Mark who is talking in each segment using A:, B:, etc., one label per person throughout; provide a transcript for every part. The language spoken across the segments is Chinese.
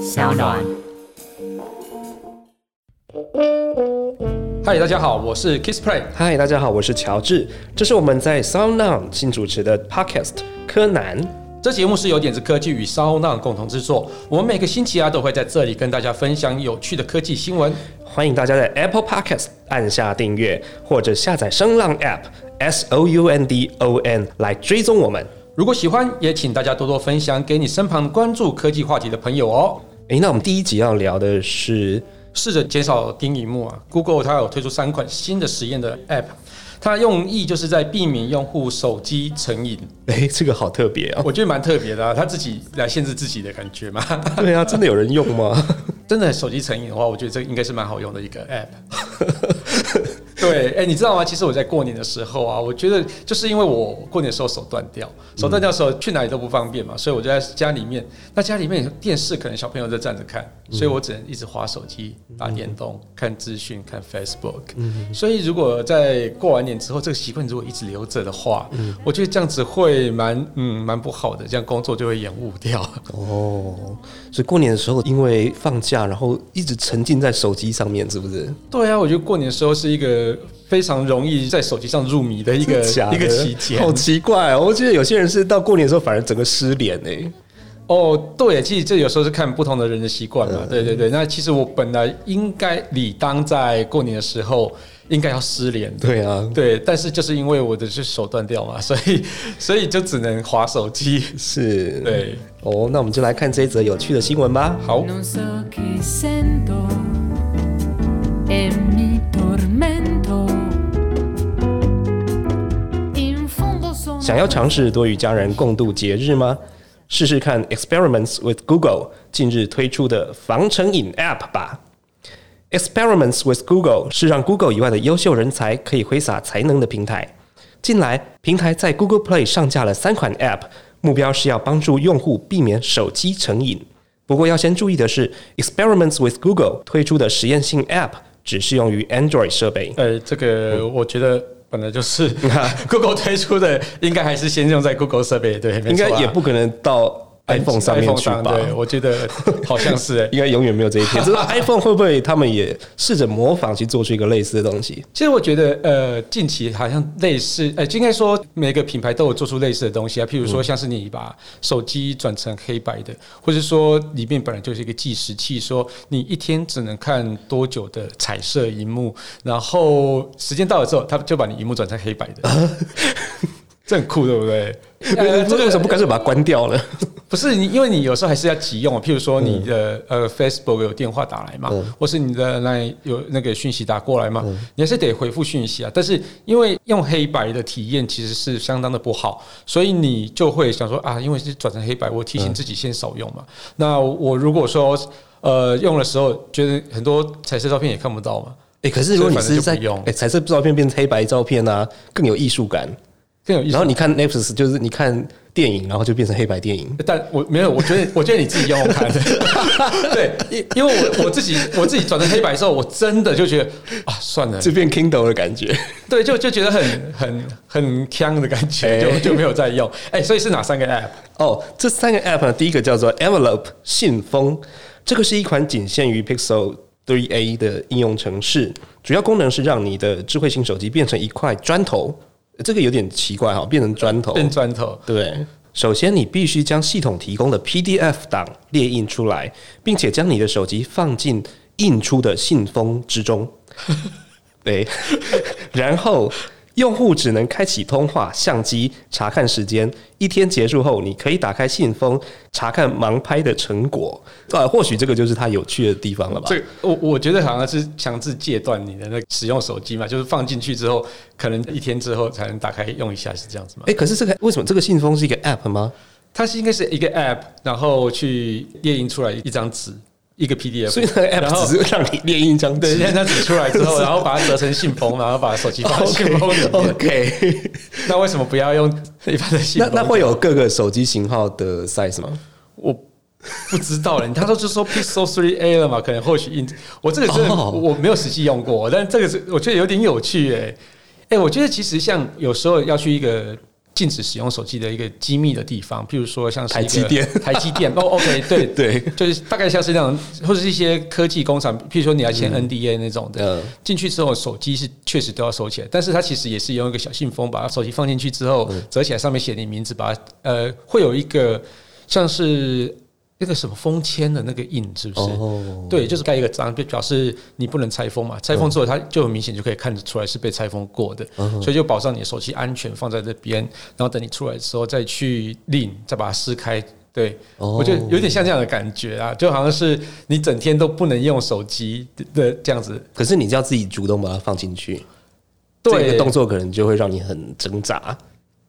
A: 小暖。
B: 嗨，大家好，我是 Kiss Play。
C: 嗨，大家好，我是乔治，这是我们在 Sound On 新主持的 Podcast 柯南。
B: 这节目是由点子科技与骚浪共同制作，我们每个星期啊都会在这里跟大家分享有趣的科技新闻。
C: 欢迎大家在 Apple Podcast 按下订阅，或者下载声浪 App S O U N D O N 来追踪我们。
B: 如果喜欢，也请大家多多分享给你身旁关注科技话题的朋友哦。
C: 诶，那我们第一集要聊的是，
B: 试着减少盯荧幕啊，Google 它有推出三款新的实验的 App。它用意就是在避免用户手机成瘾，
C: 诶，这个好特别啊！
B: 我觉得蛮特别的啊，他自己来限制自己的感觉嘛。
C: 对啊，真的有人用吗？
B: 真的手机成瘾的话，我觉得这个应该是蛮好用的一个 app。对，哎、你知道吗？其实我在过年的时候啊，我觉得就是因为我过年的时候手断掉，手断掉的时候去哪里都不方便嘛，所以我就在家里面。那家里面电视可能小朋友在站着看，所以我只能一直划手机、打电动、看资讯、看 Facebook。所以如果在过完年之后，这个习惯如果一直留着的话，我觉得这样子会蛮嗯蛮不好的，这样工作就会延误掉。
C: 哦，所以过年的时候因为放假，然后一直沉浸在手机上面，是不是？
B: 对啊，我觉得过年的时候是一个非常容易在手机上入迷的一 个
C: 假的
B: 一个期间
C: 好。奇怪、哦。我记得有些人是到过年的时候反而整个失联欸诶。
B: 哦，对，其实这有时候是看不同的人的习惯
C: 嗯
B: 嘛。对对对，那其实我本来应该理当在过年的时候应该要失联的。
C: 对啊，
B: 对，但是就是因为我的是手断掉嘛， 所以所以就只能划手机。
C: 是，
B: 对，
C: 哦，那我们就来看这一则有趣的新闻吧。
B: 好，
A: Non so che sento e mi tormento. In fondo sono
C: 想要尝试多与家人共度节日吗？试试看 Experiments with Google 近日推出的防成瘾 App 吧。Experiments with Google 是让 Google 以外的优秀人才可以挥洒才能的平台。近来，平台在 Google Play 上架了三款 App，目标是要帮助用户避免手机成瘾。不过要先注意的是，Experiments with Google 推出的实验性 App 只适用于 Android 设备。
B: 呃，这个
C: 嗯
B: 我觉得。本来就是 Google 推出的，应该还是先用在 Google 设备，对，没错啊哎
C: 应该也不可能到 iPhone 上面
B: iPhone
C: 去吧？
B: 对，我觉 得好像是哎、
C: 应该永远没有这一 天。只是 iPhone 会不会他们也试着模仿去做出一个类似的东西？
B: 其实我觉得，呃，近期好像类似，呃，就应该说每个品牌都有做出类似的东西啊。譬如
C: 嗯
B: 说，像是你把手机转成黑白的，或者说里面本来就是一个计时器，说你一天只能看多久的彩色荧幕，然后时间到了之后，它就把你荧幕转成黑白 的，这很酷，对不 对？
C: 为什么为什么不干脆把它关掉了？
B: 不是你，因为你有时候还是要急用啊。譬如说你的、呃 Facebook 有电话打来嘛，或是你的那有那个讯息打过来嘛，你还是得回复讯息啊。但是因为用黑白的体验其实是相当的不好，所以你就会想说啊，因为是转成黑白，我提醒自己先少用嘛。那我如果说呃用的时候觉得很多彩色照片也看不到嘛，
C: 哎、可是如果你是
B: 所
C: 在
B: 以反正就不用
C: 哎、彩色照片变成黑白照片啊，更有艺术感。
B: 更有意思。
C: 然后你看 Netflix 就是你看电影，然后就变成黑白电影。
B: 但我没有，我觉得我觉得你自己用用看，对，因因为我我自己我自己转成黑白的时候，我真的就觉得啊，算了，
C: 就变 Kindle 的感觉，
B: 对，就就觉得很很很呛的感觉，
C: 哎
B: 就就没有再用。哎、所以是哪三个 app？
C: 哦，这三个 app 呢，第一个叫做 Envelope 信封，这个是一款仅限于 Pixel 3A 的应用程式，主要功能是让你的智慧型手机变成一块砖头，这个有点奇怪哈、变成砖头，
B: 变砖头。
C: 对，首先你必须将系统提供的 PDF 档列印出来，并且将你的手机放进印出的信封之 中。对，然后用户只能开启通话、相机查看时间。一天结束后，你可以打开信封查看盲拍的成果。啊，或许这个就是它有趣的地方了吧？
B: 这个我我觉得好像是强制戒断你的那个使用手机嘛，就是放进去之后，可能一天之后才能打开用一下，是这样子吗？
C: 哎、可是这个为什么这个信封是一个 App 吗？
B: 它是应该是一个 app，然后去列印出来一张纸，一个 PDF，
C: 所以那个
B: 然后
C: App 只是让你列印一张
B: 对，
C: 纸。
B: 那张纸出来之 后，然后把它折成信封，然后把手机放在信封里
C: OK
B: 面。
C: OK，
B: 那为什么不要用一般的信
C: 那
B: 封？
C: 那会有各个手机型号的 size 吗？
B: 我不知道了，你他说就说 Pixel 3 A 了嘛，可能或许印我这个真的
C: 哦
B: 我没有实际用过，但这个是我觉得有点有趣哎、哎、我觉得其实像有时候要去一个禁止使用手机的一个机密的地方，譬如说像是一个
C: 台积电
B: 台积电哦，OK，对
C: 对
B: 就是大概像是那种，或者是一些科技工厂，譬如说你要签 NDA 那种的，
C: 嗯
B: 进去之后手机是确实都要收起来，但是它其实也是用一个小信封把它手机放进去之后
C: 嗯
B: 折起来，上面写你名字，把它呃会有一个像是那个什么封签的那个印，是不是？
C: 哦嗯
B: 对，就是盖一个章，就表示你不能拆封嘛。拆封之后，它就很明显就可以看得出来是被拆封过的，
C: 嗯
B: 所以就保障你的手机安全放在这边，然后等你出来之后再去领，再把它撕开。对，
C: 哦
B: 我觉得有点像这样的感觉啊，就好像是你整天都不能用手机的的这样子。
C: 可是你要自己主动把它放进去，
B: 对，
C: 这个动作可能就会让你很挣扎。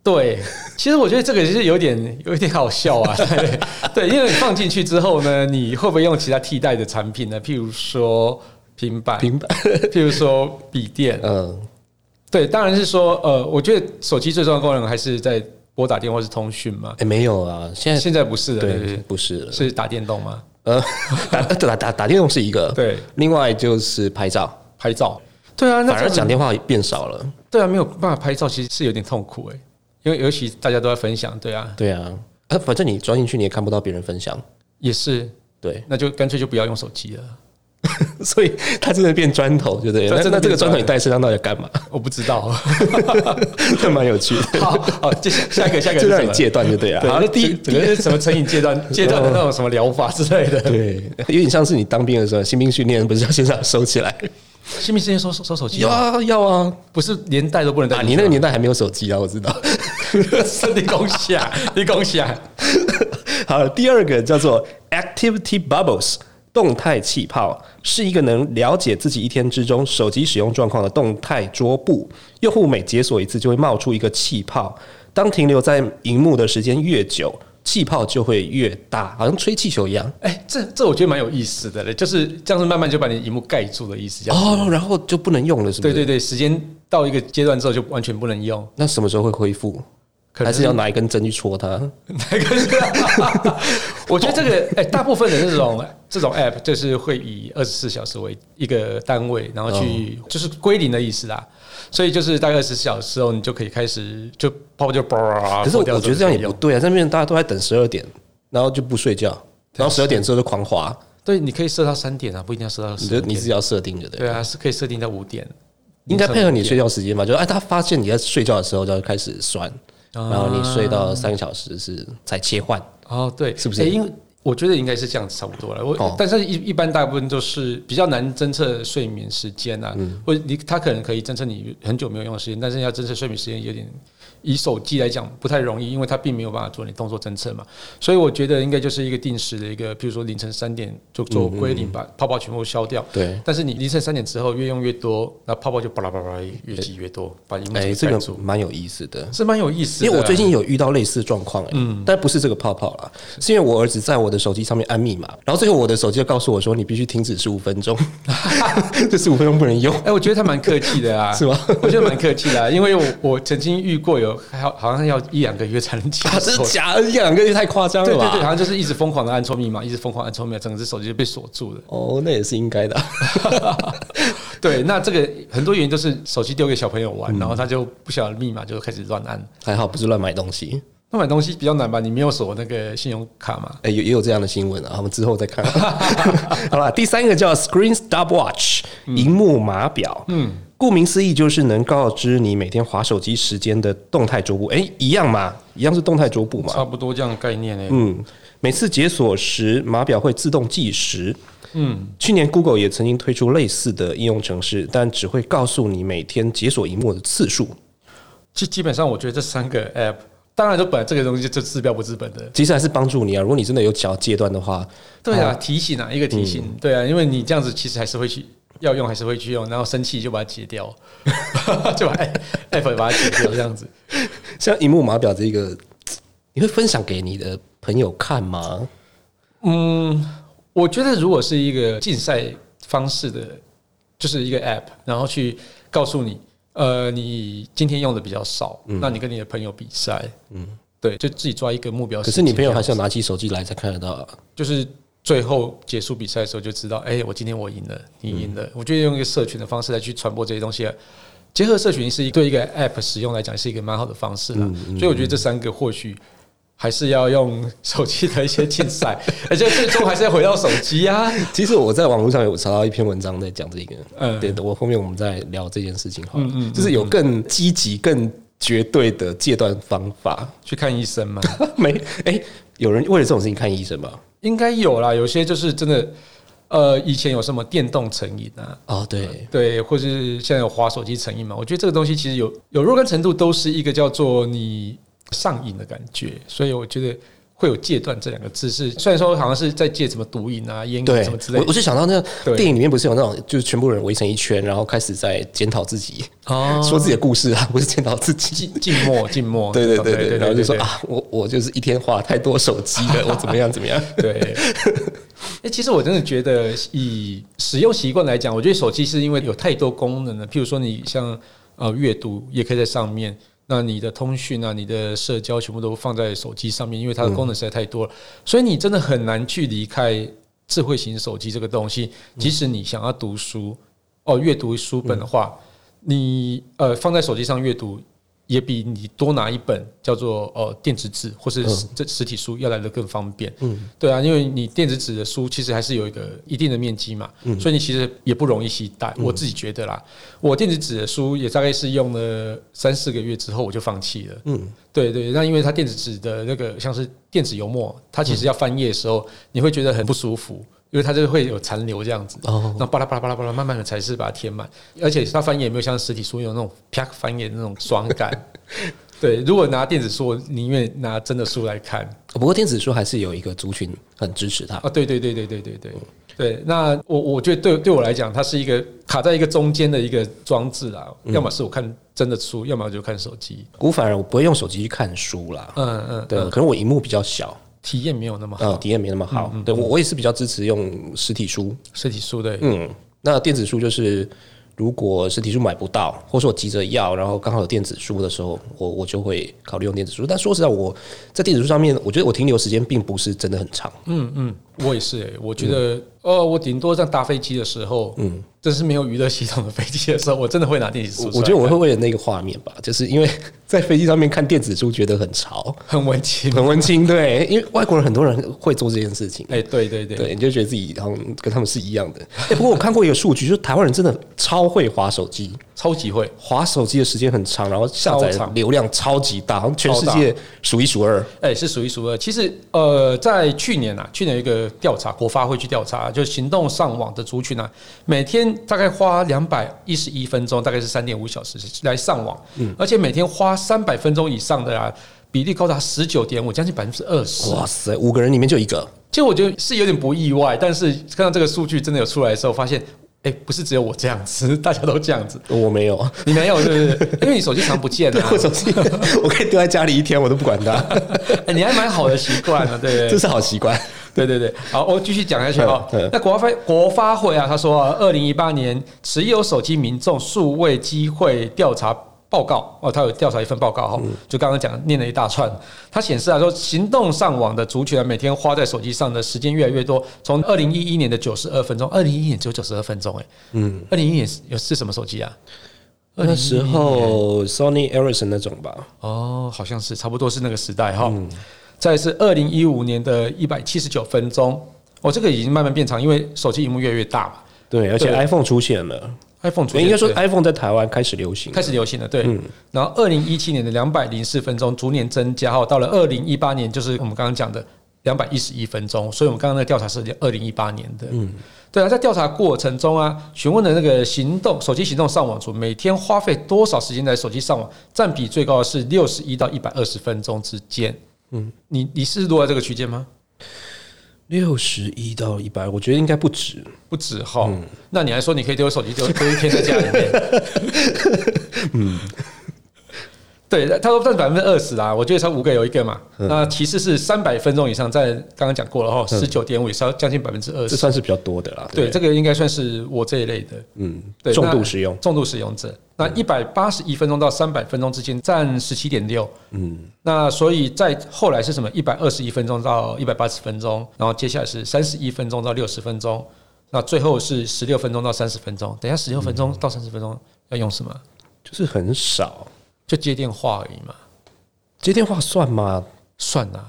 B: 对，其实我觉得这个是有点 有一点好笑啊，对对，因为你放进去之后呢，你会不会用其他替代的产品呢？譬如说平板，
C: 平板，
B: 譬如说笔电，
C: 嗯，
B: 对，当然是说呃，我觉得手机最重要的功能还是在拨打电话是通讯嘛，
C: 哎，没有啊，现在
B: 现在不是的，对不
C: 对
B: 对？
C: 不是了，
B: 是打电动吗？
C: 呃，打 打打打电动是一个，
B: 对，
C: 另外就是拍照，
B: 拍照，对啊，那
C: 反
B: 这样
C: 而
B: 子
C: 讲电话变少了。
B: 对啊，没有办法拍照，其实是有点痛苦哎、因为尤其大家都在分享，对啊，
C: 对啊，呃，反正你装进去你也看不到别人分享，
B: 也是，
C: 对，
B: 那就干脆就不要用手机了。
C: 所以它真的变砖头，对不对？
B: 它
C: 那
B: 真的
C: 那这个
B: 变
C: 砖头
B: 砖
C: 你带身上到底干嘛？
B: 我不知道，
C: 这蛮有趣的。
B: 好好，接下下一个下一个
C: 就是让
B: 什
C: 你
B: 么
C: 戒断就对了。
B: 对，
C: 好，
B: 那
C: 那
B: 第
C: 第
B: 一
C: 一
B: 可能是什么成瘾阶段 阶段的那种什么疗法之类 的。
C: 对，有点像是你当兵的时候，新兵训练不是要先上收起来？
B: 新兵之前收收收手机
C: 要
B: 吗，
C: 啊要啊！
B: 不是连带都不能带
C: 啊，
B: 进
C: 你
B: 去吗。
C: 那个年代还没有手机啊，我知道。
B: 是你恭喜 啊，你恭喜啊！
C: 好，第二个叫做 Activity Bubbles。动态气泡是一个能了解自己一天之中手机使用状况的动态桌布。用户每解锁一次，就会冒出一个气泡。当停留在荧幕的时间越久，气泡就会越大，好像吹气球一样。
B: 哎、这这我觉得蛮有意思的嘞，就是这样子慢慢就把你荧幕盖住的意思。这样，
C: 哦，然后就不能用了，是不
B: 对
C: 是？
B: 对对，时间到一个阶段之后就完全不能用，
C: 那什么时候会恢复？
B: 可能
C: 还是要拿一根针去戳它？
B: 哪个是？ 我觉得这个哎、大部分的这种这种 app 就是会以二十四小时为一个单位，然后去、
C: 嗯
B: 就是归零的意思啦。所以就是大概二十四小时后，你就可以开始就泡就叭。
C: 可是我我觉得这样也不
B: 用。
C: 对啊，在那边大家都在等十二点，然后就不睡觉，然后十二点之后就狂滑，
B: 对，你可以设到三点啊，不一定要设到
C: 你
B: 十
C: 就
B: 点。
C: 你自己要设定的，对。
B: 对啊，是可以设定到五点。
C: 应该配合你
B: 凌晨五点
C: 睡觉时间嘛，就是哎，他发现你在睡觉的时候就要开始酸，
B: 啊
C: 然后你睡到三个小时是才切换。
B: 哦，对，
C: 是不是
B: 诶因为我觉得应该是这样子差不多了。我、
C: 哦
B: 但是一一般大部分都是比较难侦测睡眠时间啊，
C: 嗯
B: 或者你他可能可以侦测你很久没有用的时间，但是要侦测睡眠时间有点。以手机来讲不太容易，因为它并没有办法做你动作侦测嘛，所以我觉得应该就是一个定时的一个，比如说凌晨三点就做归零，把泡泡全部消掉。
C: 嗯对
B: 但是你凌晨三点之后越用越多，那泡泡就巴拉巴拉越积越多，把荧幕
C: 哎，这
B: 整盖
C: 个
B: 住，
C: 蛮有意思的。
B: 是蛮有意思的啊。啊
C: 因为我最近有遇到类似的状况、哎，但不是这个泡泡啦，是因为我儿子在我的手机上面按密码，然后最后我的手机就告诉我说，你必须停止十五 分钟， 这十五分钟不能用，
B: 哎、我觉得他蛮客气的 啊，
C: 是吗？
B: 我觉得蛮客气的、啊，因为我我曾经遇过有好好像要一两个月才能解
C: 啊，真
B: 锁
C: 的，假的？一两个月太夸张
B: 对
C: 了
B: 对对，
C: 吧？
B: 好像就是一直疯狂的按错密码，一直疯狂按错密码，整只手机就被锁住了。
C: 哦，那也是应该的。
B: 对，嗯那这个很多原因都是手机丢给小朋友玩，然后他就不晓得密码就开始乱按。
C: 还好不是乱买东西，
B: 那买东西比较难吧？你没有锁那个信用卡嘛？
C: 哎、也也有这样的新闻啊，我们之后再 看。好啦，第三个叫 Screen Stopwatch，荧幕码表。嗯，顾名思义就是能告知你每天划手机时间的动态桌布。哎、一样嘛，一样是动态桌布嘛。
B: 差不多这样的概念欸呢、
C: 嗯，每次解锁时，码表会自动计时。嗯，去年 Google 也曾经推出类似的应用程式，但只会告诉你每天解锁荧幕的次数。
B: 基、基本上我觉得这三个 app，当然都本来这个东西就治标不治本的，
C: 其实还是帮助你啊，如果你真的有想要戒断的话，
B: 对
C: 哦
B: 啊，提醒啊，一个提
C: 嗯
B: 醒，对啊，因为你这样子其实还是会去要用，还是会去用，然后生气就把它解掉， 就把 app 把它解掉，这样子。
C: 像荧幕码表这个，你会分享给你的朋友看吗？
B: 我觉得如果是一个竞赛方式的，就是一个 app，然后去告诉你，呃，你今天用的比较少，
C: 嗯
B: 那你跟你的朋友比赛，嗯，对，就自己抓一个目标时
C: 可
B: 间。
C: 是你朋友还是要拿起手机来才看得到、啊。
B: 就是最后结束比赛的时候就知道，哎、我今天我赢了，你赢了。我觉得用一个社群的方式来去传播这些东西，结合社群是一对一个 App 使用来讲是一个蛮好的方式啦。所以我觉得这三个或许还是要用手机的一些竞赛，而且最终还是要回到手机啊。
C: 其实我在网络上有查到一篇文章在讲这个，
B: 嗯
C: 对，我后面我们再聊这件事情好了，就是有更积极、更绝对的戒断方法。
B: 去看医生嘛，
C: 没，哎、有人为了这种事情看医生吗？
B: 应该有啦。有些就是真的，呃，以前有什么电动成瘾啊，
C: 哦，对，
B: 对，或是现在有滑手机成瘾嘛？我觉得这个东西其实有有若干程度都是一个叫做你上瘾的感觉，所以我觉得会有戒断这两个字是，虽然说好像是在戒什么毒瘾啊、烟瘾
C: 对
B: 什么之，类
C: 我我
B: 的。
C: 就想到那个
B: 对
C: 电影里面不是有那种，就是全部人围成一圈，然后开始在检讨自己，
B: 哦
C: 说自己的故事啊，不是检讨自己。
B: 静静默，静默，
C: 对对对
B: 对
C: 对，然后就说啊，我我就是一天花太多手机了，我怎么样怎么样？
B: 对。哎、其实我真的觉得，以使用习惯来讲，我觉得手机是因为有太多功能了。譬如说，你像呃阅读也可以在上面，那你的通讯啊、你的社交全部都放在手机上面，因为它的功能实在太多了，所以你真的很难去离开智慧型手机这个东西。即使你想要读书哦，阅读书本的话，你呃放在手机上阅读。也比你多拿一本叫做呃电子纸或是这实体书要来的更方便。嗯，对啊，因为你电子纸的书其实还是有一个一定的面积嘛，所以你其实也不容易携带。我自己觉得啦，我电子纸的书也大概是用了三四个月之后我就放弃了。嗯，对对，那因为它电子纸的那个像是电子油墨，它其实要翻页的时候，你会觉得很不舒服。因为它就会有残留这样子，
C: 哦
B: 然后巴拉巴拉巴拉巴拉，慢慢的才是把它填满，而且它翻页也没有像实体书有那种啪翻页的那种爽感。对，如果拿电子书，我宁愿拿真的书来看。
C: 不过电子书还是有一个族群很支持它，
B: 啊，对对对对对对对对。那我我觉得对对我来讲，它是一个卡在一个中间的一个装置啊，
C: 嗯
B: 要么是我看真的书，要么我就看手机。
C: 我反而我不会用手机去看书啦，
B: 嗯嗯，
C: 对，可能我荧幕比较小，
B: 体验没有那么好，
C: 呃，体验没那么好。对我我也是比较支持用实体书，
B: 实体书对，
C: 嗯，那电子书就是如果实体书买不到，或是我急着要，然后刚好有电子书的时候，我我就会考虑用电子书。但说实在，我在电子书上面，我觉得我停留时间并不是真的很长。
B: 嗯嗯，我也是、欸，我
C: 嗯
B: 觉得、哦，我顶多在搭飞机的时候，嗯，真是没有娱乐系统的飞机的时候，我真的会拿电子书
C: 我
B: 出来看。
C: 我觉得我会为了那个画面吧，就是因为 在飞机上面看电子书觉得很潮、
B: 很文青，
C: 很文青。对，因为外国人很多人会做这件事情。
B: 哎、对对对，
C: 对，你就觉得自己好像跟他们是一样的。哎、不过我看过一个数据，就是台湾人真的超会划手机，
B: 超级会。
C: 划手机的时间很长，然后下载
B: 超长
C: 流量超级大，好像全世
B: 超大
C: 界数一数二。
B: 哎、是数一数二。其实，呃，在去年啊，去年有一个调查，国发会去调查，就是行动上网的族群啊，每天大概花两百一十一分钟，大概是三点五小时来上网，
C: 嗯
B: 而且每天花三百分钟以上的啊，比例高达十九点五，将近百分之二十。
C: 哇塞，五个人里面就一个，
B: 其实我觉得是有点不意外，但是看到这个数据真的有出来的时候，发现，哎、不是只有我这样子， 大家都这样子。
C: 我没有。
B: 你没有对不对？因为你手机常不见了、啊
C: 我手机 我可以丢在家里一天，我都不管它，
B: 哎你还蛮好的习惯的，对不对？
C: 这是好习惯。
B: 对对对，好，我继续讲下去啊、
C: 嗯嗯
B: 那国发国发会啊，他说啊，二零一八年持有手机民众数位机会调查报告哦，他有调查一份报告哈、
C: 嗯
B: 就刚刚讲念了一大串，它显示啊说，行动上网的族群啊，每天花在手机上的时间越来越多，从二零一一年的九十二分钟，二零一一年只有九十二分钟、哎，嗯，二零一一年是有是什么手机啊？
C: 那时
B: 嗯
C: 候 Sony Ericsson 那种吧，
B: 哦，好像是差不多是那个时代哈。
C: 嗯
B: 再来是二零一五年的一百七十九分钟，哦，这个已经慢慢变长，因为手机荧幕越来越大嘛。
C: 对，而且
B: 对
C: iPhone 出现了，
B: iPhone 出现
C: 应该说
B: 对
C: iPhone 在台湾开始流行，
B: 开始流行了，对。然后二零一七年的两百零四分钟逐年增加，哈，到了二零一八年就是我们刚刚讲的两百一十一分钟，所以我们刚刚那个调查是二零一八年的。嗯，对啊，在调查过程中啊，询问的那个行动手机行动上网族每天花费多少时间在手机上网，占比最高的是六十一到一百二十分钟之间。嗯，你你是落在这个区间吗？
C: 六十一到一百，我觉得应该不止，
B: 不止哈，
C: 嗯
B: 那你还说你可以丢手机丢丢一天在家里面？嗯，
C: 嗯
B: 对，他说占百分之二十啦，我觉得才五个有一个嘛。
C: 嗯
B: 那其次是三百分钟以上，在刚刚讲过了哈，十九点五以上，将近百分之二
C: 这
B: 十。
C: 算是比较多的啦。
B: 呃对，，这个应该算是我这一类的，
C: 嗯
B: 对，，
C: 重度
B: 那
C: 使用，
B: 重度使用者。那
C: 嗯
B: 一百八十一分钟到三百分钟之间占十七点六，嗯，那所以在后来是什么？一百二十一分钟到一百八十分钟，然后接下来是三十一分钟到六十分钟，
C: 嗯
B: 那最后是十六分钟到三十分钟。等一下，十六分钟到三十分钟要用什么？
C: 就是很少
B: 就接电话而已嘛，
C: 接电话算吗？
B: 算啊，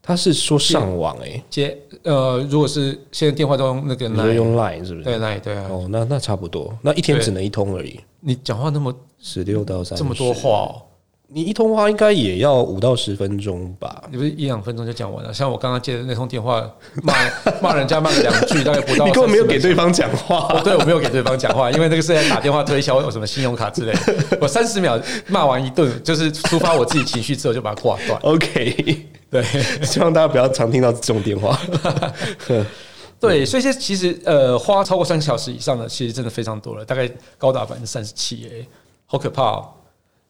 C: 他是说上网哎、欸，
B: 接呃，如果是现在电话都用那个
C: 你说
B: line，
C: 用 Line 是不
B: 对
C: 是？
B: line 对啊，
C: 哦，那那差不多，那一天
B: 对
C: 只能一通而已，
B: 你讲话那么
C: 十六到三
B: 这么多话、哦，
C: 你一通话应该也要五到十分钟吧？
B: 你不是一两分钟就讲完了？像我刚刚接的那通电话，骂骂人家 骂了两句，大概不到
C: 你根本没有
B: 30
C: 给对方讲话
B: 哦，，对，我没有给对方讲话，因为那个是在打电话推销有什么信用卡之类的。我三十秒骂完一顿，就是抒发我自己情绪之后就把它挂 断。
C: OK，
B: 对
C: 希望大家不要常听到这种电话。
B: 对，所以这其实呃，花超过三个小时以上的，其实真的非常多了，大概高达百分之三十七，哎，好可怕哦。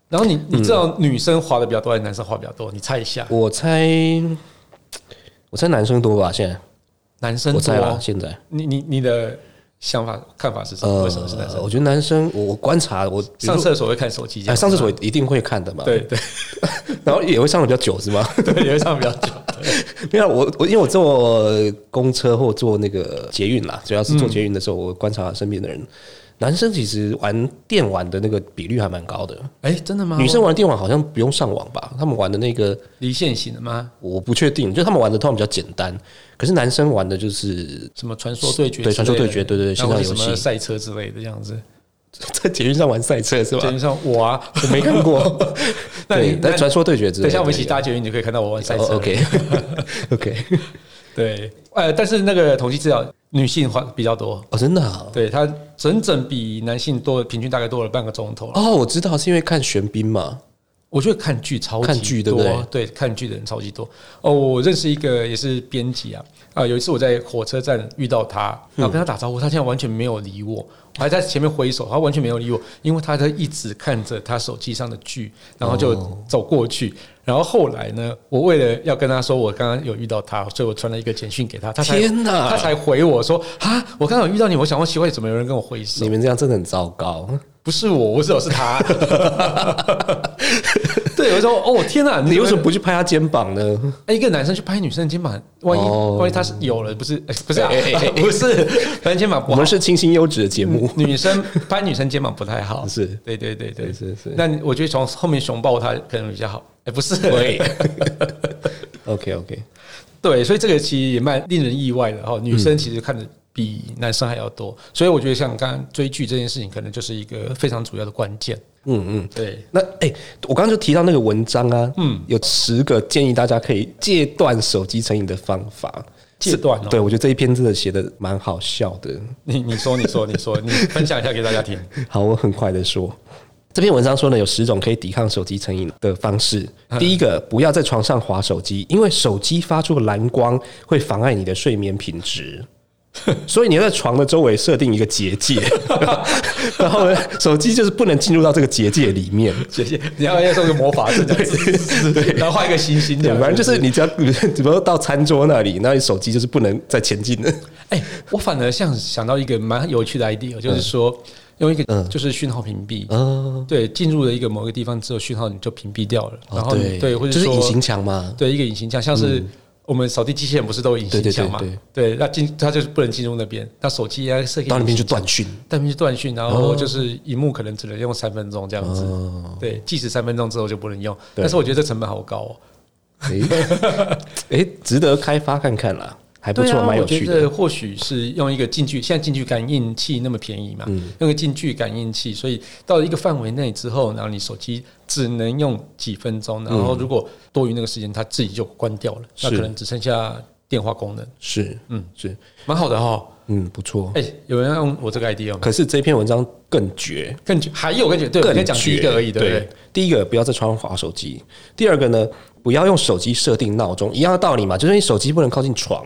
B: 然后你你知道女生滑的比较多还是男生滑比较多？你猜一下，
C: 我猜，我猜男生多吧？现在
B: 男生
C: 我
B: 多
C: 猜啦，
B: 哦。
C: 现在
B: 你你你的想法看法是什
C: 呃
B: 么？为什么是男生
C: 我？觉得男生，我我观察我比如
B: 上
C: 说
B: 厕所会看手机这
C: 哎，
B: 样子吗，啊
C: 上厕所一定会看的嘛，
B: 对， 对
C: 然后也会上的比较久是吗？
B: 对，也会上比较久。
C: 没有，我我因为我坐公车或坐那个捷运啦，主要是坐捷运的时候，我观察身边的人，男生其实玩电玩的那个比率还蛮高的，
B: 哎，真的吗？
C: 女生玩电玩好像不用上网吧？他们玩的那个
B: 离线型的吗？
C: 我不确定，就是他们玩的通常比较简单，可是男生玩的就是
B: 什么传说对决之类的？
C: 对传说对决对对对
B: 然后
C: 线上
B: 是什
C: 游戏
B: 么赛车之类的这样子。
C: 在捷运上玩赛车是吧
B: 基？本上我啊，
C: 我没看过，
B: 那你
C: 对，但
B: 那
C: 传说对决之
B: 等
C: 类的。
B: 一下我们一起搭捷运，你就可以看到我玩赛车。
C: 哦 OK OK，
B: 对，呃，但是那个统计资料，女性话比较多，
C: 哦，真的啊
B: 对它整整比男性多，平均大概多了半个钟头了。
C: 哦，我知道是因为看玄彬嘛，
B: 我觉得看剧超级多，
C: 看剧对不对
B: 对看剧的人超级多。哦，我认识一个也是编辑啊，啊，有一次我在火车站遇到他，
C: 嗯
B: 然后跟他打招呼，他现在完全没有理我，我还在前面挥手，他完全没有理我，因为他在一直看着他手机上的剧，然后就
C: 哦
B: 走过去。然后后来呢，我为了要跟他说我刚刚有遇到他，所以我传了一个简讯给他，他才
C: 天哪
B: 他才回我说啊，我刚刚有遇到你，我想问奇怪怎么有人跟我挥手
C: 你？们这样真的很糟 糕。
B: 不是我，我只有是 他。对，我就说哦，天哪，
C: 你为什么
B: 不？
C: 不去拍他肩膀呢？
B: 哎，一个男生去拍女生的肩膀，万一、
C: 哦
B: 万一他是有了，不是、 哎不是、啊
C: 哎哎哎哎
B: 不是，男生肩膀不好
C: 我们。是清新优质的节目，
B: 女生拍女生肩膀不太好，
C: 是
B: 对对对对
C: 是是
B: 那你我觉得从后面熊抱他可能比较好，哎，不是，
C: 对 OK OK，
B: 对，所以这个其实也蛮令人意外的哈。女
C: 嗯
B: 生其实看的比男生还要多，所以我觉得像刚刚追剧这件事情，可能就是一个非常主要的关键。
C: 嗯嗯。
B: 对，
C: 那哎、我刚刚就提到那个文章啊，嗯，有十个建议大家可以戒断手机成瘾的方法。
B: 戒断哦
C: 对我觉得这一篇真的写的蛮好笑的。
B: 你你说你说你说，你分享一下给大家听。
C: 好，我很快的说，这篇文章说呢，有十种可以抵抗手机成瘾的方式。
B: 嗯
C: 第一个，不要在床上划手机，因为手机发出蓝光会妨碍你的睡眠品质。 所以你要在床的周围设定一个结界，然后呢，手机就是不能进入到这个结界里面。
B: 谢谢，你要要做 个魔法阵，这样子然后画一个星星这
C: 对，
B: 样子，
C: 反正就是你只要比如说到餐桌那里，那你手机就是不能再 前进了。
B: 哎、我反而像想到一个蛮有趣的 idea，就是说、用一个
C: 嗯
B: 就是讯号屏蔽，
C: 嗯，
B: 对，进入了一个某个地方之后，讯号你就屏蔽掉了，然后你
C: 哦对
B: 对，或者
C: 就是
B: 说
C: 隐形墙嘛。嗯
B: 对一个隐形墙，像是。我们扫地机器人不是都有隐形墙嘛
C: 对对？
B: 对，那进它就是不能进入那边，那手机啊也设
C: 到那边就
B: 就
C: 断讯，哦
B: 那边就断讯，然后就是荧幕可能只能用三分钟这样子，对，计时三分钟之后就不能用。
C: 对
B: 但是我觉得这成本好高哦，
C: 哎、哎值得开发看看啦，还不
B: 对
C: 错，
B: 啊，
C: 蛮、
B: 我
C: 有
B: 觉
C: 趣
B: 得
C: 的。
B: 或许是用一个近距，现在近距感应器那么便宜
C: 嗯
B: 嘛，用个近距感应器，所以到了一个范围内之后，然后你手机只能用几分钟，然后如果多余那个时间，它自己就关掉了，那
C: 嗯是
B: 可能只剩下电话功能，
C: 是，嗯，是，
B: 蛮好的哈。
C: 嗯，不错。
B: 哎、有人要用我这个 idea 吗？
C: 可是这篇文章更绝，
B: 更绝还有更绝，对，我
C: 更
B: 跟你讲第一
C: 绝
B: 个而已，对不对？
C: 第一个不要在床上划手机，第二个呢，不要用手机设定闹钟，一样的道理嘛，就是你手机不能靠近床，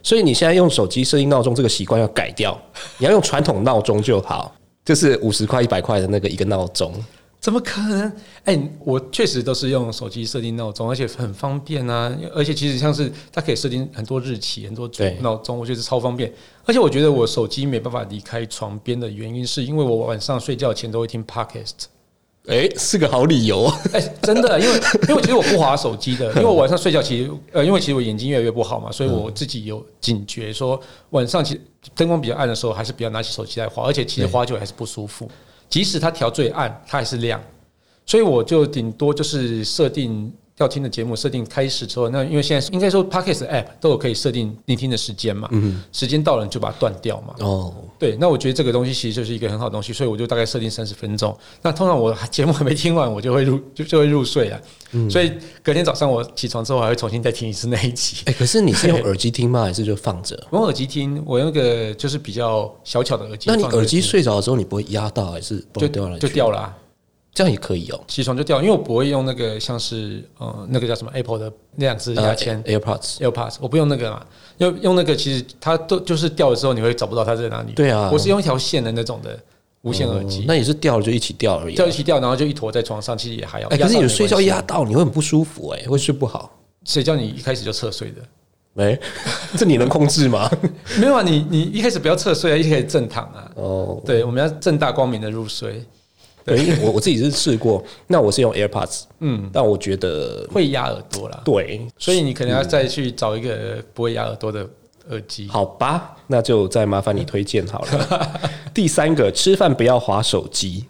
C: 所以你现在用手机设定闹钟这个习惯要改掉， 你要用传统闹钟就好，就是五十块、一百块的那个一个闹钟。
B: 怎么可能？哎、我确实都是用手机设定闹钟，而且很方便啊！而且其实像是它可以设定很多日期、很多
C: 对
B: 闹钟，我觉得超方便。而且我觉得我手机没办法离开床边的原因，是因为我晚上睡觉前都会听 podcast。
C: 哎、是个好理由。
B: 哎、真的，因为因为其实我不滑手机的，因为我晚上睡觉其实呃，因为其实我眼睛越来越不好嘛，所以我自己有警觉说晚上其实灯光比较暗的时候，还是不要拿起手机来滑，而且其实滑久了还是不舒服。即使它调最暗，它还是亮。所以我就顶多就是设定要听的节目设定开始之后，那因为现在应该说 Podcast 的 App 都有可以设定聆听的时间嘛，时间到了你就把它断掉嘛。
C: 哦，
B: 对，那我觉得这个东西其实就是一个很好的东西，所以我就大概设定三十分钟。那通常我节目还没听完，我就会入就就会入睡了。
C: 嗯
B: 所以隔天早上我起床之后还会重新再听一次那一集。
C: 哎、可是你是用耳机听吗？还是就放着？
B: 我用耳机听，我用一个就是比较小巧的耳机
C: 那
B: 放
C: 你
B: 着听。
C: 耳机睡着的时候，你不会压到，还是
B: 就
C: 崩掉了？
B: 就掉了、啊，
C: 这样也可以哦。
B: 起床就掉，因为我不会用那个像是呃那个叫什么 Apple 的那两只牙签、
C: 呃 AirPods，
B: AirPods，我不用那个嘛，用用那个其实它都就是掉了之后你会找不到它在哪里。
C: 对啊
B: 我是用一条线的那种的无线耳
C: 哦
B: 机。
C: 那也是掉了就一起掉而已啊、
B: 掉一起掉，然后就一坨在床上，其实也还好。
C: 哎、可
B: 压
C: 是
B: 到
C: 你
B: 没
C: 睡觉
B: 关系啊
C: 压，到，你会很不舒服、哎，会睡不好。
B: 谁叫你一开始就侧睡的？
C: 哎、 这你能控 制吗？
B: 没有啊，你你一开始不要侧睡啊，一开始正躺啊。
C: 哦，
B: 对，我们要正大光明的入睡，
C: 对，因为我我自己是试过，那我是用 AirPods，嗯，但我觉得
B: 会压耳朵啦。
C: 对，
B: 所以你可能要再去找一个不会压耳朵的耳机。
C: 好吧，那就再麻烦你推荐好 了。第三个，吃饭不要划手机，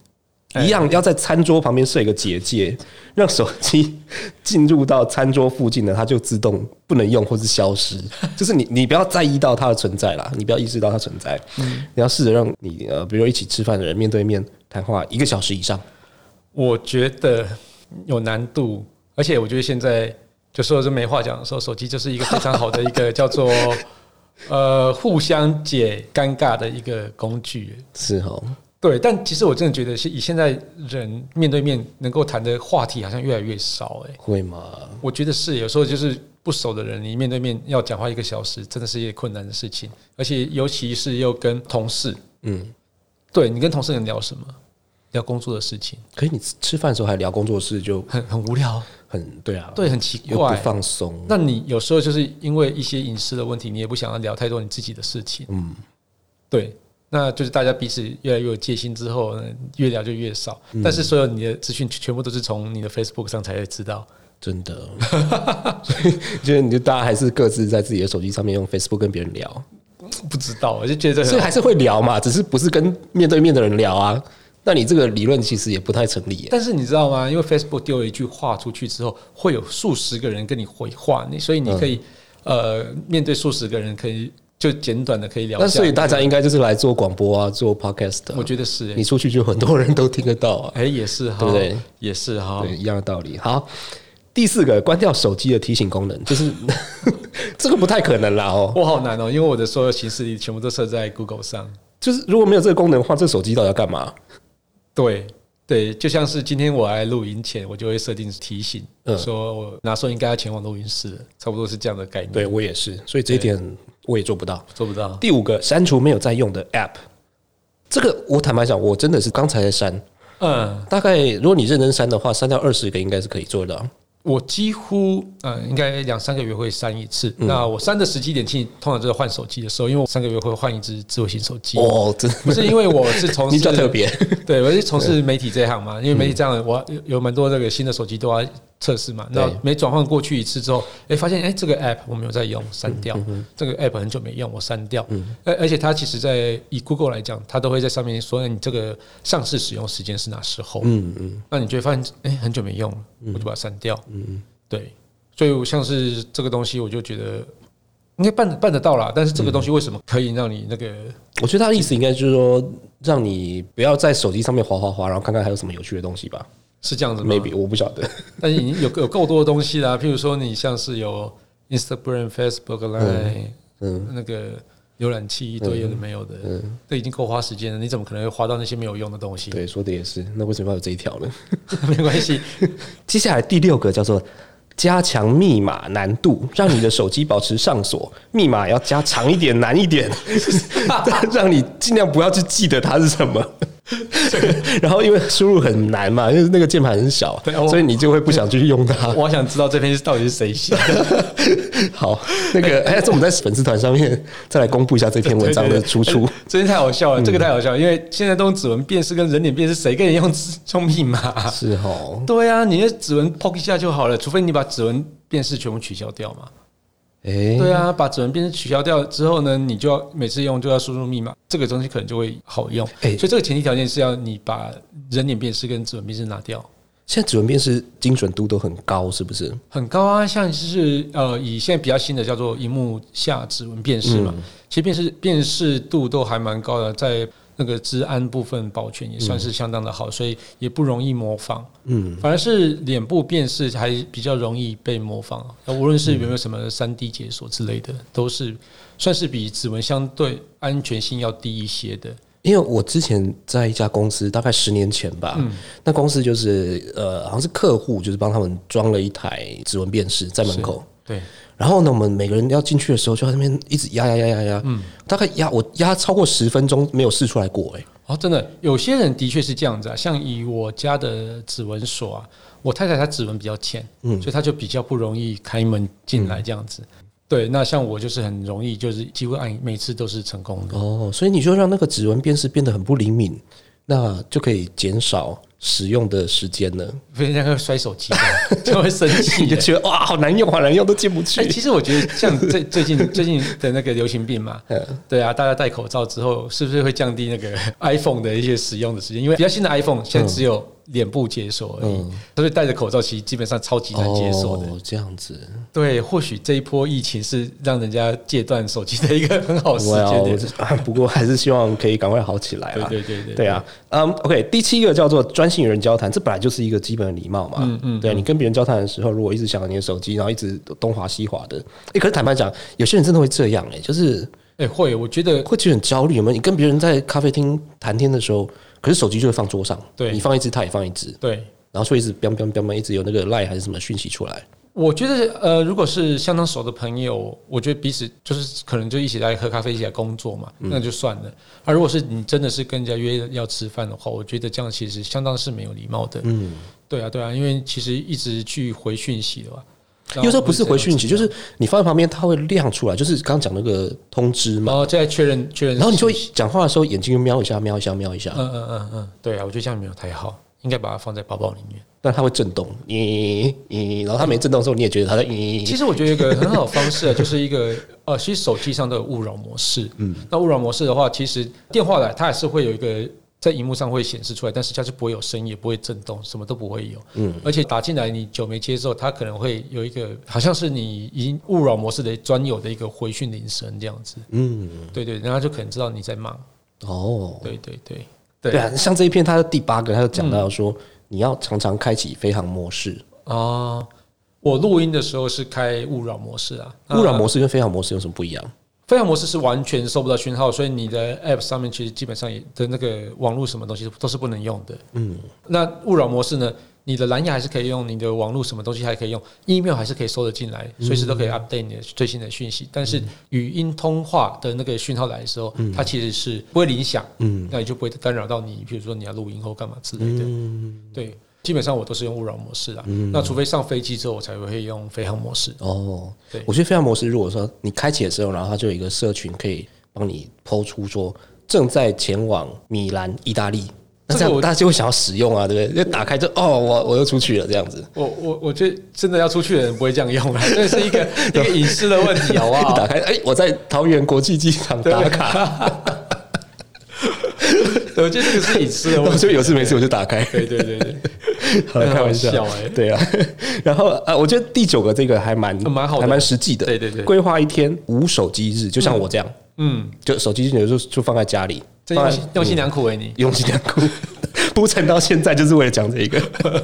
B: 哎
C: 一样要在餐桌旁边设一个结界，让手机进入到餐桌附近呢，它就自动不能用或是消 失。就是你，你不要在意到它的存在啦，你不要意识到它存在，
B: 嗯
C: 你要试着让你呃，比如一起吃饭的人面对面谈话一个小时以上。
B: 我觉得有难度，而且我觉得现在就说是没话讲的时候，手机就是一个非常好的一个叫 做呃互相解尴尬的一个工具。
C: 是哦，
B: 对，但其实我真的觉得，是以现在人面对面能够谈的话题好像越来越少、欸。
C: 会吗？
B: 我觉得是有时候就是不熟的人，你面对面要讲话一个小时，真的是一件困难的事情，而且尤其是又跟同事，
C: 嗯，
B: 对你跟同事能聊什么？聊工作的事情，
C: 可是你吃吃饭的时候还聊工作室，就
B: 很很无聊，
C: 很对啊，
B: 对，很奇
C: 又不
B: 怪。
C: 放松。
B: 那你有时候就是因为一些隐私的问题，你也不想要聊太多你自己的事情，
C: 嗯，
B: 对，那就是大家彼此越来越有戒心之后，呢，越聊就越少。
C: 嗯
B: 但是所有你的资讯全部都是从你的 Facebook 上才会知道。
C: 真的， 所以你就大家还是各自在自己的手机上面用 Facebook 跟别人聊，
B: 不知道，我就觉得
C: 所以还是会聊嘛，只是不是跟面对面的人聊啊。那你这个理论其实也不太成立耶。
B: 但是你知道吗？因为 Facebook 丢了一句话出去之后，会有数十个人跟你回话，你所以你可以、
C: 嗯
B: 呃面对数十个人，可以就简短的可以聊
C: 那
B: 一下
C: 所以。大家应该就是来做广播啊，做 podcast 的啊、
B: 我觉得是、
C: 你
B: 欸，
C: 出去就很多人都听得到啊，
B: 哎、也是哈，
C: 对不对？
B: 也是哈
C: 对，，一样的道理。好，第四个，关掉手机的提醒功能，就是 这个不太可能啦哦。
B: 我好难哦、因为我的所有行事历全部都设在 Google 上。
C: 就是如果没有这个功能的话，这手机到底要干嘛？
B: 对对，就像是今天我来录音前，我就会设定提醒，
C: 嗯
B: 说我哪时候应该要前往录音室了，差不多是这样的概念。
C: 对，我也是，所以这一点我也做不到。
B: 做不到。
C: 第五个，删除没有在用的 App。这个我坦白讲，我真的是刚才在删。
B: 嗯，
C: 大概如果你认真删的话，删掉二十个应该是可以做到。
B: 我几乎呃，应该两三个月会删一次。那我删的时机点，其实通常就是换手机的时候，因为我三个月会换一只智慧型手机。
C: 哦，真的
B: 不是因为我是从
C: 你
B: 事
C: 比较特别，
B: 对我是从事媒体这一行嘛，因为媒体这样我有有蛮多这个新的手机都要测试嘛。那
C: 对
B: 每转换过去一次之后，哎、发现哎、诶这个 app 我没有在用，删掉、
C: 嗯
B: 这个 app 很久没用，我删掉。而、而且它其实在以 Google 来讲，它都会在上面说，哎你这个上市使用时间是哪时候？
C: 嗯嗯，
B: 那你就会发现，哎、很久没用了，我就把它删掉。嗯，对，所以我像是这个东西，我就觉得应该办办得到啦。但是这
C: 嗯
B: 个东西为什么可以让你那个？
C: 我觉得他的意思应该就是说，让你不要在手机上面滑滑滑，然后看看还有什么有趣的东西吧。
B: 是这样子吗
C: Maybe 我不晓得。
B: 但是已经有有够多的东西啦，譬如说你像是有 Instagram、Facebook、Line，
C: 嗯
B: 那个浏览器一堆有的没有的，这已经够花时间了，你怎么可能会花到那些没有用的东西？
C: 对，说的也是。那为什么要有这一条呢？
B: 没关 系，
C: 接下来第六个叫做加强密码难度，让你的手机保持上锁，密码要加长一点、难一点， 让你尽量不要去记得它是什么。 然后因为输入很难嘛，因为那个键盘很小
B: 对，我
C: 所以你就会不想去用它。
B: 我好想知道这篇是到底是谁写的。
C: 好，那个哎，这我们在粉丝团上面再来公布一下这篇文章的出处。
B: 真的太好
C: 嗯
B: 笑了，这个太好笑了，因为现在都用指纹辨识跟人脸辨识，谁跟你用指用密码啊、
C: 是哦，
B: 对啊，你的指纹 p o 一下就好了，除非你把指纹辨识全部取消掉嘛。
C: 哎，
B: 对啊，把指纹辨识取消掉之后呢，你就要每次用就要输入密码，这个东西可能就会好用。
C: 哎
B: 所以这个前提条件是要你把人脸辨识跟指纹辨识拿掉。
C: 现在指纹辨识精准度都很高，是不是？
B: 很高啊，像是呃，以现在比较新的叫做荧幕下指纹辨识嘛，其实辨识辨识度都还蛮高的，在那个治安部分保全也算是相当的好，所以也不容易模仿。嗯，反而是脸部辨识还比较容易被模仿，啊那无论是有没有什么三 D 解锁之类的，都是算是比指纹相对安全性要低一些的。
C: 因为我之前在一家公司，大概十年前吧，那公司就是呃，好像是客户就是帮他们装了一台指纹辨识在门口，
B: 对，
C: 然后呢，我们每个人要进去的时候，就在那边一直压压压压压，大概压我压超过十分钟没有试出来过、欸，
B: 哦，真的，有些人的确是这样子啊。像以我家的指纹锁啊，我太太她指纹比较浅，
C: 嗯
B: 所以她就比较不容易开门进来这样子。对，那像我就是很容易，就是几乎按每次都是成功的。
C: 哦，所以你就让那个指纹辨识变得很不灵敏，那就可以减少使用的时间了。
B: 被人家会摔手机 的，就会生气
C: 你就
B: 耶。
C: 觉得哇，好难用，好难用，都进不去。
B: 哎、其实我觉得像最最近最近的那个流行病嘛，
C: 嗯
B: 对啊，大家戴口罩之后，是不是会降低那个 iPhone 的一些使用的时间？因为比较新的 iPhone 现
C: 嗯
B: 在只有脸部解锁而已，所以戴着口罩其实基本上超级难解锁的。
C: 哦，这样子。
B: 对，或许这一波疫情是让人家戒断手机的一个很好时间点。
C: 哇哦 不过还是希望可以赶快好起来啦。
B: 对对对对
C: 对啊，嗯、o k 第七个叫做专心与人交谈，这本来就是一个基本的礼貌嘛。嗯嗯，对你跟别人交谈的时候，如果一直想着你的手机，然后一直东滑西滑的，哎、可是坦白讲，有些人真的会这样、哎，就是
B: 哎、会，我觉得
C: 会觉得很焦虑。有没有？你跟别人在咖啡厅谈天的时候，可是手机就会放桌上，
B: 对
C: 你放一只，他也放一只，
B: 对，
C: 然后就一直彪彪彪彪，一直有那个 line 还是什么讯息出来。
B: 我觉得呃，如果是相当熟的朋友，我觉得彼此就是可能就一起来喝咖啡，一起来工作嘛，
C: 嗯
B: 那就算了。而如果是你真的是跟人家约要吃饭的话，我觉得这样其实相当是没有礼貌的。嗯，对啊，对啊，因为其实一直去回讯息的话，
C: 有时候不是回讯息，就是是你放在旁边，它会亮出来，就是刚刚讲那个通知嘛
B: 然。后再哦确认确认讯息，
C: 然后你就会讲话的时候眼睛就瞄一下，瞄一下，瞄一下，
B: 嗯嗯嗯嗯，对啊，我觉得这样没有太好，应该把它放在包包里面。
C: 但它会震动，咦咦，然后它没震动的时候，你也觉得它在咦。
B: 其实我觉得有一个很好的方式啊，就是一个 呃，其实手机上都有勿扰模式。嗯，那勿扰模式的话，其实电话来它还是会有一个在荧幕上会显示出来，但是它是不会有声音，也不会震动，什么都不会有。嗯，而且打进来你久没接之后，它可能会有一个好像是你已经勿扰模式的专有的一个回讯铃声这样子。
C: 嗯，
B: 对对，然后就可能知道你在忙。
C: 哦，
B: 对对对嗯
C: 对啊，像这一篇它的第八个，它就讲到说，你要常常开启飞行模式。
B: 啊、我录音的时候是开勿扰模式啊，
C: 勿扰
B: 那
C: 模式跟飞行模式有什么不一样？
B: 飞行模式是完全收不到讯号，所以你的 App 上面其实基本上也的那个网络什么东西都是不能用的。嗯，那勿扰模式呢？你的蓝牙还是可以用，你的网络什么东西还可以用，email 还是可以收得进来，随时都可以 update 你的最新的讯息。但是语音通话的那个讯号来的时候，它其实是不会影响，嗯，那也就不会干扰到你，比如说你要录音或干嘛之类的。对，基本上我都是用勿扰模式啊。那除非上飞机之后，我才会用飞行模式。
C: 哦
B: 对，
C: 我觉得飞行模式，如果说你开启的时候，然后它就有一个社群可以帮你抛出说正在前往米兰、意大利。那
B: 这个
C: 这样
B: 我
C: 大家就会想要使用啊，对不对？就打开就哦，我我又出去了这 样子。
B: 我我我觉得真的要出去的人不会这样用了，这是一 个一个隐私的问题，好不
C: 一打
B: 好？
C: 开，哎、我在桃园国际机场打卡，
B: 我觉得这个是隐私的
C: 我
B: 问
C: 就
B: 题。
C: 有事没事我就打开，
B: 对对对对，
C: 好开玩笑
B: 很好笑哎
C: 对啊。 然后呃，我觉得第九个这个还蛮
B: 蛮好的
C: 还蛮实际的。
B: 对对对
C: 规划一天无手机日，就像我这样，
B: 嗯，
C: 就手机日就就放在家里，
B: 这
C: 放
B: 用
C: 在嗯
B: 心用心良苦哎，你
C: 用心良苦。 铺陈到现在就是为了讲这一个，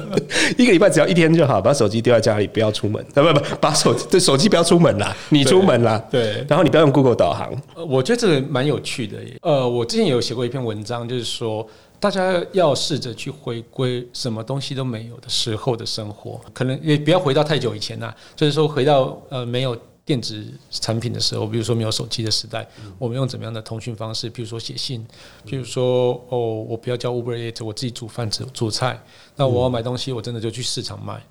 C: 一个礼拜只要一天就好，把手机丢在家里，不要出门，啊不不，把手机对手机不要出门啦，你出门啦，
B: 对
C: 然后你不要用 Google 导航，
B: 呃我觉得这个蛮有趣的耶。呃，我之前有写过一篇文章，就是说大家要试着去回归什么东西都没有的时候的生活，可能也不要回到太久以前啦、就是说回到呃没有。电子产品的时候，比如说没有手机的时代，我们用怎么样的通讯方式？比如说写信，比如说哦，我不要叫 Uber Eats，我自己煮饭煮煮菜。那我要买东西，我真的就去市场买。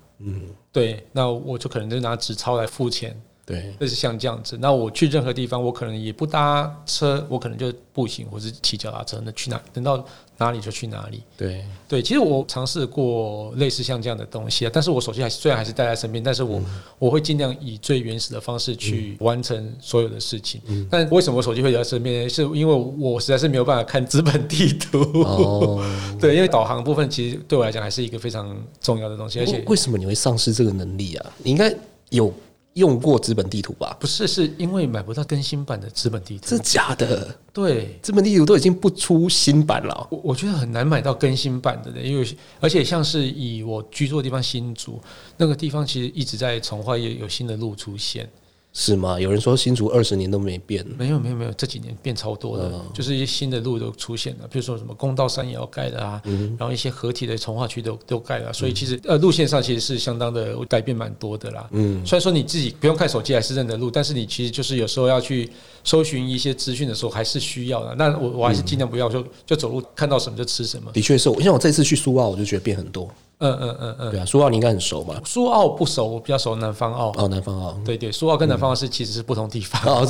B: 对，那我就可能就拿纸钞来付钱，
C: 对，
B: 类似像这样子。那我去任何地方，我可能也不搭车，我可能就步行或是骑脚踏车，那去哪等到哪里就去哪里。
C: 对，
B: 对，其实我尝试过类似像这样的东西啊，但是我手机还是虽然还是带在身边，但是我、我会尽量以最原始的方式去完成所有的事情。但为什么我手机会留在身边？是因为我实在是没有办法看资本地图。
C: 哦
B: 对，因为导航部分其实对我来讲还是一个非常重要的东西，而且
C: 为为什么你会丧失这个能力啊？你应该有用过资本地图吧？
B: 不是是因为买不到更新版的资本地图
C: 真。假的？
B: 对，
C: 资本地图都已经不出新版了哦、
B: 我我觉得很难买到更新版的，因为而且像是以我居住的地方新竹那个地方，其实一直在从化也有新的路出现。
C: 是吗？有人说新竹二十年都没变，
B: 没有没有没有，这几年变超多的，就是一些新的路都出现了，比如说什么公道山也要盖的啊，然后一些合体的从化区都都盖了啊、所以其实呃路线上其实是相当的改变蛮多的啦。嗯，虽然说你自己不用看手机还是认得路，但是你其实就是有时候要去搜寻一些资讯的时候还是需要的。那我我还是尽量不要就就走路看到什么就吃什么。
C: 的确是我，像我这次去苏澳，我就觉得变很多。
B: 嗯嗯嗯嗯，
C: 对啊，苏澳你应该很熟嘛？
B: 苏澳不熟，我比较熟南方澳。
C: 哦，南方澳，
B: 对对，苏澳跟南方澳是其实是不同地方。
C: 哦，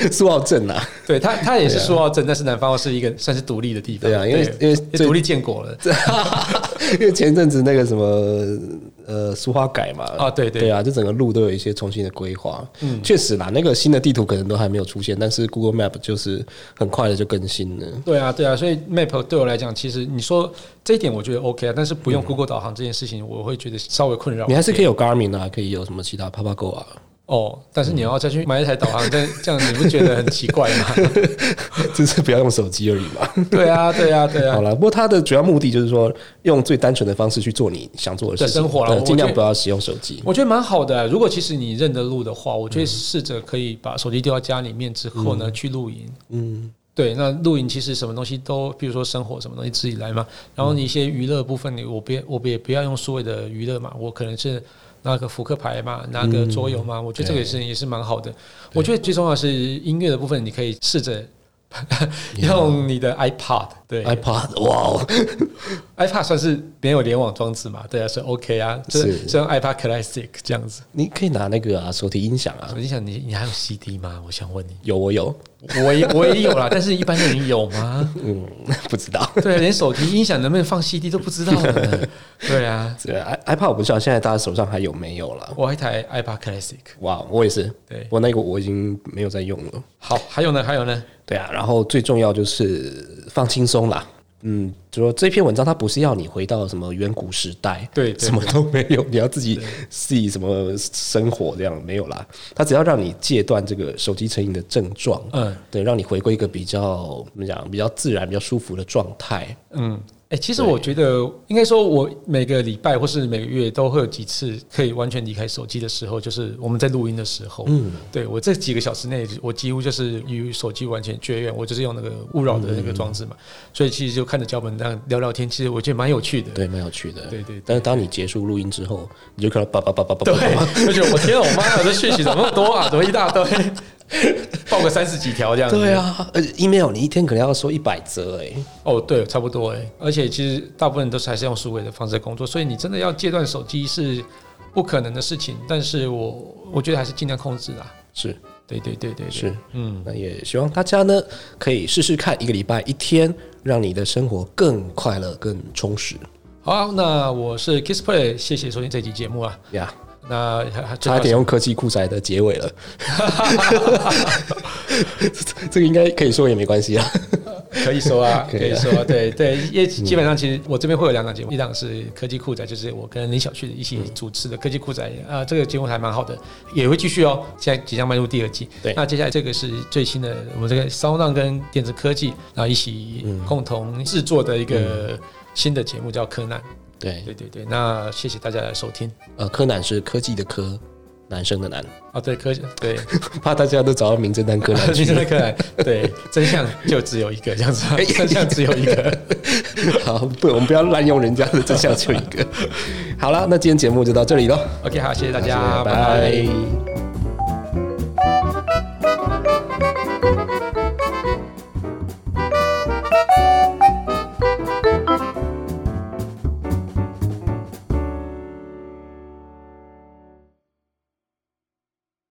C: 是 苏澳镇啊，
B: 对它，它也是苏澳镇，但是南方澳是一个算是独立的地方。
C: 对啊因为因为最
B: 独立建国了。
C: 因为前阵子那个什么呃苏花改嘛，
B: 啊对对
C: 对啊，这整个路都有一些重新的规划。嗯，确实啦，那个新的地图可能都还没有出现，但是 Google Map 就是很快的就更新了。
B: 对啊，对啊，所以 Map 对我来讲，其实你说这一点我觉得 OK 啊，但是不用 Google 导航这件事情，我会觉得稍微困扰
C: 嗯你。还是可以有 Garmin 啊，可以有什么其他 Papago 啊，
B: 哦，但
C: 嗯
B: 是你要再去买一台导航，但这样你不觉得很奇怪吗？
C: 只是不要用手机而已嘛。
B: 对啊，对啊，对啊
C: 好。了，不过它的主要目的就是说，用最单纯的方式去做你想做的事情，
B: 对生活啦
C: 对
B: 我觉得
C: 尽量不要使用手机。
B: 我觉得蛮好的啊、如果其实你认得路的
C: 嗯
B: 话，我觉得试着可以把手机丢到家里面之后呢，去露营。
C: 嗯，
B: 对，那露营其实什么东西都，比如说生活什么东西自己来嘛。然后你一些娱乐部分，你我别我别不要用数位的娱乐嘛，我可能是拿个扑克牌嘛，拿个桌游
C: 嗯
B: 嘛，我觉得这个也是也是蛮好的。我觉得最重要的是音乐的部分，你可以试着用你的 iPad，对
C: iPad，哇哦，
B: ，iPad 算是没有联网装置嘛，对啊，是 OK 啊，就是
C: 是
B: 像 iPad Classic 这样子。
C: 你可以拿那个啊手提音响啊，
B: 我就想你，你还有 CD 吗？我想问你，
C: 有我有，
B: 我也我也有啦，但是一般人有吗？
C: 嗯，不知道。
B: 对，啊连手提音响能不能放 CD 都不知道呢。对啊，
C: 这 i iPad 我不知道现在大家手上还有没有了。
B: 我还有一台 iPad Classic。
C: 哇，我也是，
B: 对
C: 我那个我已经没有在用了。
B: 好，还有呢，还有呢，
C: 对啊，然后最重要就是放轻松啦。嗯，就说这篇文章它不是要你回到什么远古时代，
B: 对对
C: 什么都没有，你要自己自己什么生活这样没有啦。它只要让你戒断这个手机成瘾的症状，
B: 嗯
C: 对，让你回归一个比较怎么讲，比较自然、比较舒服的状态。
B: 嗯，哎、其实我觉得应该说，我每个礼拜或是每个月都会有几次可以完全离开手机的时候，就是我们在录音的时候。嗯，对我这几个小时内，我几乎就是与手机完全绝缘，我就是用那个勿扰的那个装置嘛，所以其实就看着脚本这样聊聊天，其实我觉得蛮有趣的。
C: 对，蛮有趣的。
B: 对对对
C: 但是当你结束录音之后，你就看到叭叭叭 叭叭叭叭叭，
B: 对，就觉得我天啊，我妈呀，这讯息怎么那么多啊？怎么一大堆？报个三十几条这样子。
C: 对，啊，而且 email 你一天可能要收一百则哎、
B: 哦，对，差不多哎。而且其实大部分都是还是用数位的方式工作，所以你真的要戒断手机是不可能的事情。但是我我觉得还是尽量控制啦。
C: 是
B: 对对对对对
C: 是，
B: 嗯，
C: 那也希望大家呢可以试试看，一个礼拜一天，让你的生活更快乐、更充实
B: 好啊、那我是 Kiss Play，谢谢收听这期节目啊。
C: 呀。
B: 那还还
C: 差一点用科技酷宅的结尾了， 这这个应该可以说也没关系啊。
B: 可以说啊， 嗯可
C: 可以
B: 以
C: 啊
B: 说，对对，因为基本上其实我这边会有两档节目，一档是科技酷仔，就是我跟林小旭一起主持的科技酷仔，啊，这个节目还蛮好的，也会继续哦，现在即将迈入第二季。
C: 对
B: 那接下来这个是最新的我们这个骚浪跟电子科技，然后一起共同制作的一个新的节目叫柯南。
C: 对，
B: 对对对，那谢谢大家的收听
C: 呃，柯南是科技的科，男生的男，
B: 啊，对柯对，
C: 怕大家都找到名侦探柯南
B: 就
C: 去
B: 是。那个对真相就只有一个这样子，啊真相只有一个。
C: 好，不，我们不要滥用人家的 真相就一个。好了，那今天节目就到这里喽，
B: OK，好，谢谢大
C: 谢谢
B: 家，
C: 拜拜